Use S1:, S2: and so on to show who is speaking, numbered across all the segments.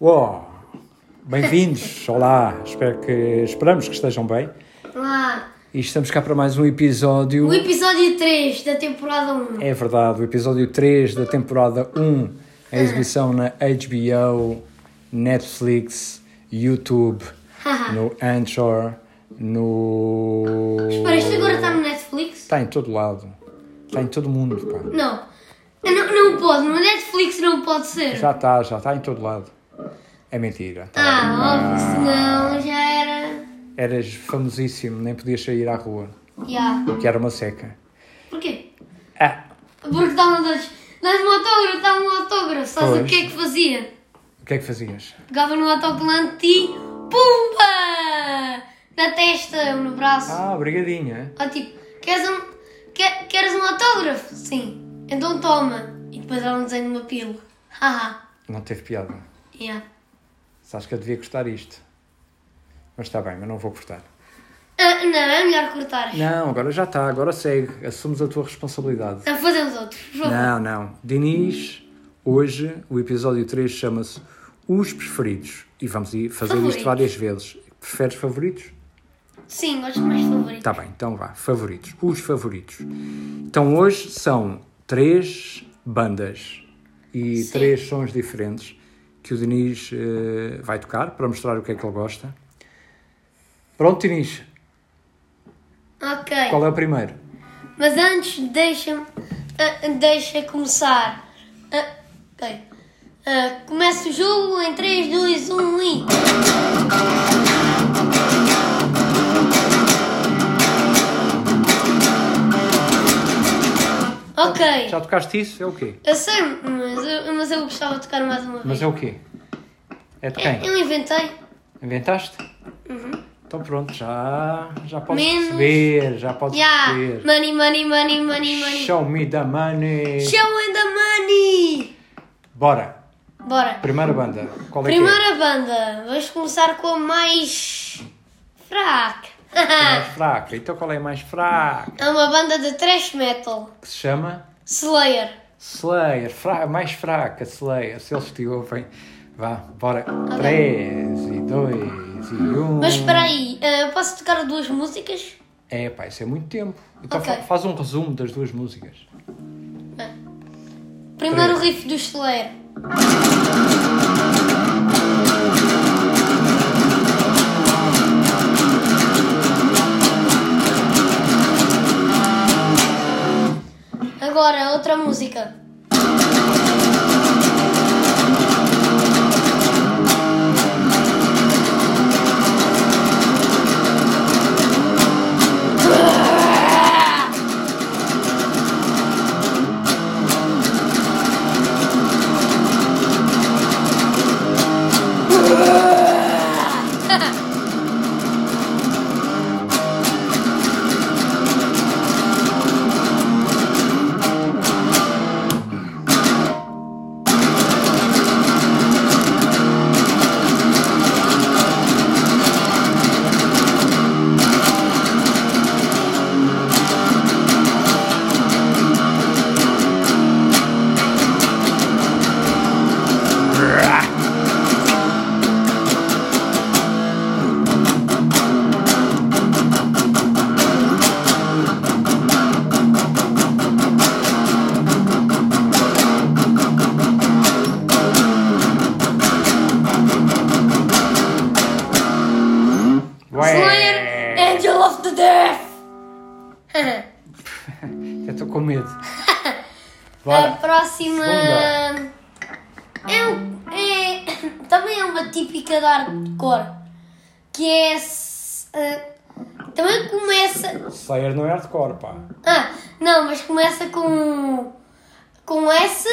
S1: Uou, bem-vindos, olá, espero que, esperamos que estejam bem.
S2: Olá.
S1: E estamos cá para mais um episódio.
S2: O episódio 3 da temporada 1.
S1: É verdade, o episódio 3 da temporada 1, a exibição na HBO, Netflix, YouTube, no Anchor, no.
S2: Espera, isto agora está no Netflix?
S1: Está em todo lado, está em todo mundo, pá.
S2: Não. não. Não pode, no Netflix não pode ser.
S1: Já está, já está em todo lado. É mentira. tá.
S2: Ah, óbvio, senão já era.
S1: Eras famosíssimo, nem podias sair à rua,
S2: Já.
S1: que era uma seca.
S2: Porquê?
S1: Ah,
S2: Porque dá-me dás- dás-me um autógrafo, dá-me um autógrafo. Sabes
S1: Pois.
S2: o que é que fazia?
S1: o que é que fazias?
S2: Pegava no autocolante e. Pumba! Na testa, no braço.
S1: Ah, brigadinha.
S2: Ou tipo, queres um, quer- queres um autógrafo? Sim. Então toma. E depois dá um desenho de uma pílula. Haha.
S1: Não teve piada.
S2: yeah.
S1: Sabes que eu devia cortar isto. Mas está bem, mas não vou cortar.
S2: Ah, não, é melhor cortar.
S1: Não, agora já está, agora segue. Assumes a tua responsabilidade.
S2: Então fazemos outro, por favor.
S1: Não, não. Diniz, hoje o episódio 3 chama-se Os Preferidos. E vamos ir fazer
S2: Favoritos.
S1: isto várias vezes. Preferes favoritos?
S2: Sim, gosto mais de favorito.
S1: Tá bem, então vá, favoritos. Os favoritos. Então hoje são três bandas e
S2: Sim.
S1: três sons diferentes que o Diniz eh, vai tocar para mostrar o que é que ele gosta. Pronto, Diniz,
S2: Ok.
S1: qual é o primeiro?
S2: Mas antes, deixa-me. ah, deixa começar. Ah, ok. Ah, começa o jogo em 3, 2, 1 e. Ok.
S1: Já tocaste isso? É o quê?
S2: Eu sei, mas eu, mas eu gostava de tocar mais uma vez.
S1: Mas é o quê? É de quem?
S2: Eu inventei.
S1: Inventaste? Então pronto, já, já podes
S2: Menos-
S1: perceber, já podes
S2: Yeah.
S1: perceber.
S2: Money, money, money, money, money.
S1: Show me the money.
S2: Show and the money!
S1: Bora,
S2: Bora.
S1: primeira banda. Qual é que é?
S2: Primeira banda, vamos começar com a mais fraca.
S1: A Mais fraca. Então qual é a mais fraca?
S2: é uma banda de thrash metal,
S1: que se chama
S2: Slayer.
S1: Slayer, fra- mais fraca Slayer, se eles te ouvem, vá, bora, 3 e 2 e 1.
S2: Mas espera aí, eh, posso tocar duas músicas?
S1: É pá, isso é muito tempo. Então
S2: Ok.
S1: fa- faz um resumo das duas músicas.
S2: Primeiro
S1: Três.
S2: riff do Slayer. Agora outra música. Slayer, é-
S1: Ué,
S2: Angel of the Death.
S1: eu estou com medo.
S2: A
S1: Bora,
S2: próxima
S1: Segunda.
S2: é, um- é- também é uma típica da hardcore que é s- eh, também começa
S1: Slayer não é hardcore, pá.
S2: ah não mas começa com com S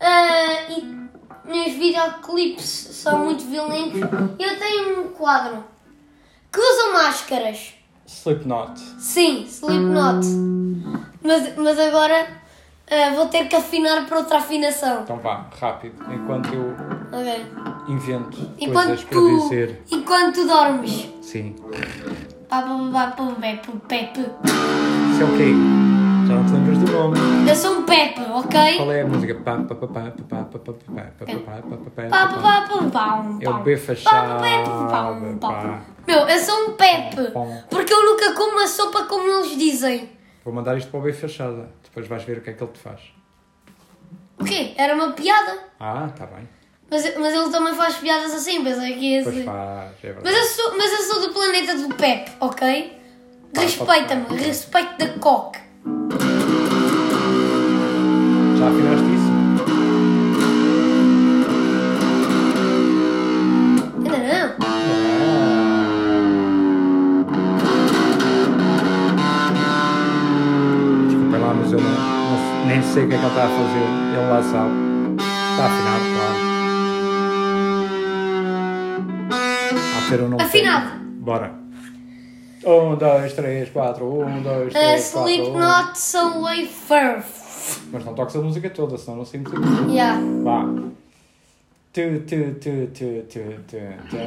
S2: ah, e nos videoclipes são muito violentos eu tenho um quadro que usam máscaras
S1: Slipknot.
S2: sim Slipknot mas mas agora ah, vou ter que afinar para outra afinação tá
S1: Então vá, rápido, enquanto eu
S2: ok
S1: invento coisas
S2: Enquanto
S1: para
S2: tu,
S1: dizer.
S2: enquanto tu dormes.
S1: Sim.
S2: Pá, pá, pá, pá, pá, pá, pá, pá, pá.
S1: Isso é o quê? Já não te lembras do nome.
S2: Eu sou um Peppa, ok?
S1: Qual é a música? Pá, pá, pá, pá, pá, pá, pá, pá, pá, pá, pá, pá, pá, pá,
S2: Pá,
S1: pá,
S2: pá,
S1: pá.
S2: pá, pá, pá,
S1: É o
S2: pá.
S1: bife
S2: Pá, pá, pá, pá,
S1: achado,
S2: pá,
S1: pá.
S2: pá. Meu, eu sou um Pepe,
S1: Pá.
S2: porque eu nunca como a sopa como eles dizem.
S1: Vou mandar isto para o B fachada. Depois vais ver o que é que ele te faz.
S2: O quê? Era uma piada.
S1: Ah, tá bem.
S2: Mas, mas ele também faz piadas assim, pensei que ia
S1: Depois
S2: ser.
S1: faz, é
S2: Mas
S1: verdade.
S2: eu sou, mas eu sou do planeta do Pepe, ok?
S1: Pá, pá, pá.
S2: Respeita-me, respeito da coque.
S1: Já afinaste isso?
S2: Ainda não.
S1: Desculpem lá, mas eu não, não- nem sei o que é que ele está a fazer. Ele lá sabe. Está afinado, claro. Há de ter um nome.
S2: Afinado.
S1: Bora. Um, dois, três, quatro. Um, dois,
S2: A
S1: três, quatro. um.
S2: Eh, Slipknot são wafer.
S1: Mas não toques a música toda, senão não sei música.
S2: Yeah.
S1: Vá. Tu, tu, tu, tu, tu, tu, tu.
S2: Ok.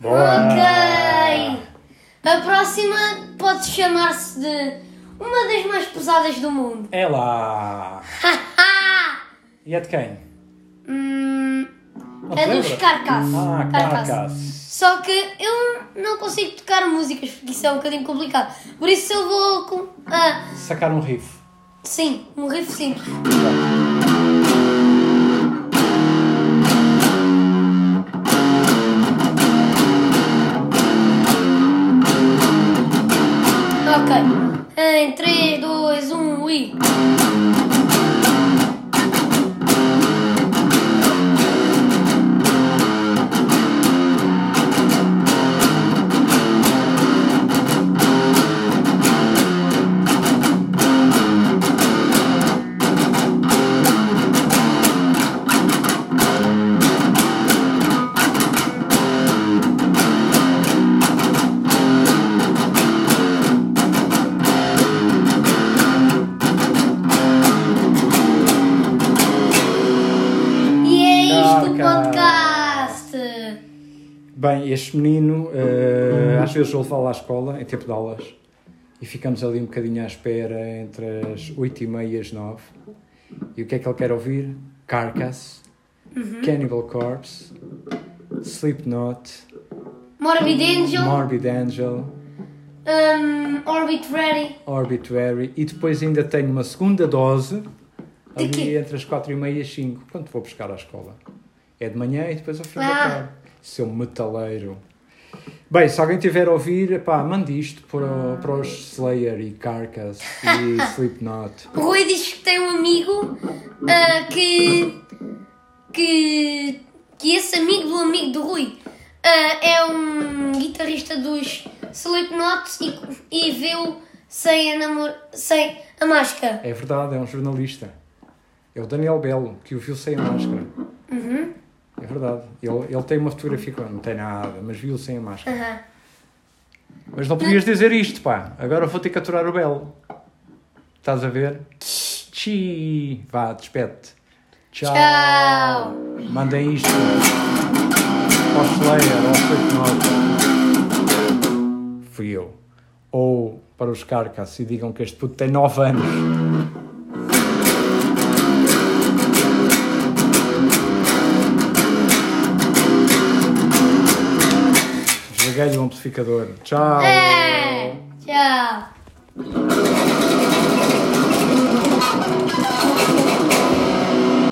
S1: Boa!
S2: Ok. A próxima pode chamar-se de uma das mais pesadas do mundo.
S1: É lá!
S2: Haha!
S1: E é de quem?
S2: Hum,
S1: Não
S2: é
S1: te
S2: dos
S1: lembras?
S2: carcaços.
S1: Ah, carcaço.
S2: Só que eu não consigo tocar músicas porque isso é um bocadinho complicado. Por isso eu vou com. ah,
S1: Sacar um riff.
S2: sim, um riff simples. Ok. Em 3, 2, 1 e. E é isto o
S1: Carcaços.
S2: podcast!
S1: Bem, este menino, eh, às vezes ele fala à escola, em tempo de aulas, e ficamos ali um bocadinho à espera entre as 8 e meia e as 9. E o que é que ele quer ouvir? Carcass,
S2: Uhum.
S1: Cannibal Corpse, Slipknot,
S2: Morbid Angel,
S1: Morbid Angel,
S2: um, Orbit Ready.
S1: Orbituary e depois ainda tenho uma segunda dose ali
S2: quê?
S1: entre as 4 e meia e as 5. Quando vou buscar à escola? É de manhã e depois ao fim da
S2: Ah.
S1: tarde. Seu metaleiro. Bem, se alguém tiver a ouvir, pá, mande isto
S2: Ah.
S1: para, para os Slayer e Carcass e Slipknot.
S2: O Rui diz que tem um amigo ah, que, que. que esse amigo do amigo do Rui ah, é um guitarrista dos Slipknot e, e vê-o sem a, namor, sem a máscara.
S1: É verdade, é um jornalista. É o Daniel Belo, que o viu sem a máscara.
S2: Uhum.
S1: É verdade. Ele, ele tem uma fotografia com... Não tem nada, mas viu sem a máscara.
S2: Aham.
S1: Mas não podias dizer isto, pá. Agora vou ter que aturar o Belo. Estás a ver? Tchi. Vá, despete. Tchau.
S2: Tchau.
S1: Mandem isto ao Slayer ou ao Slipknot. Fui eu. Ou para os Carcas e digam que este puto tem 9 anos. Desliguei-lhe o amplificador. Tchau.
S2: É. Tchau.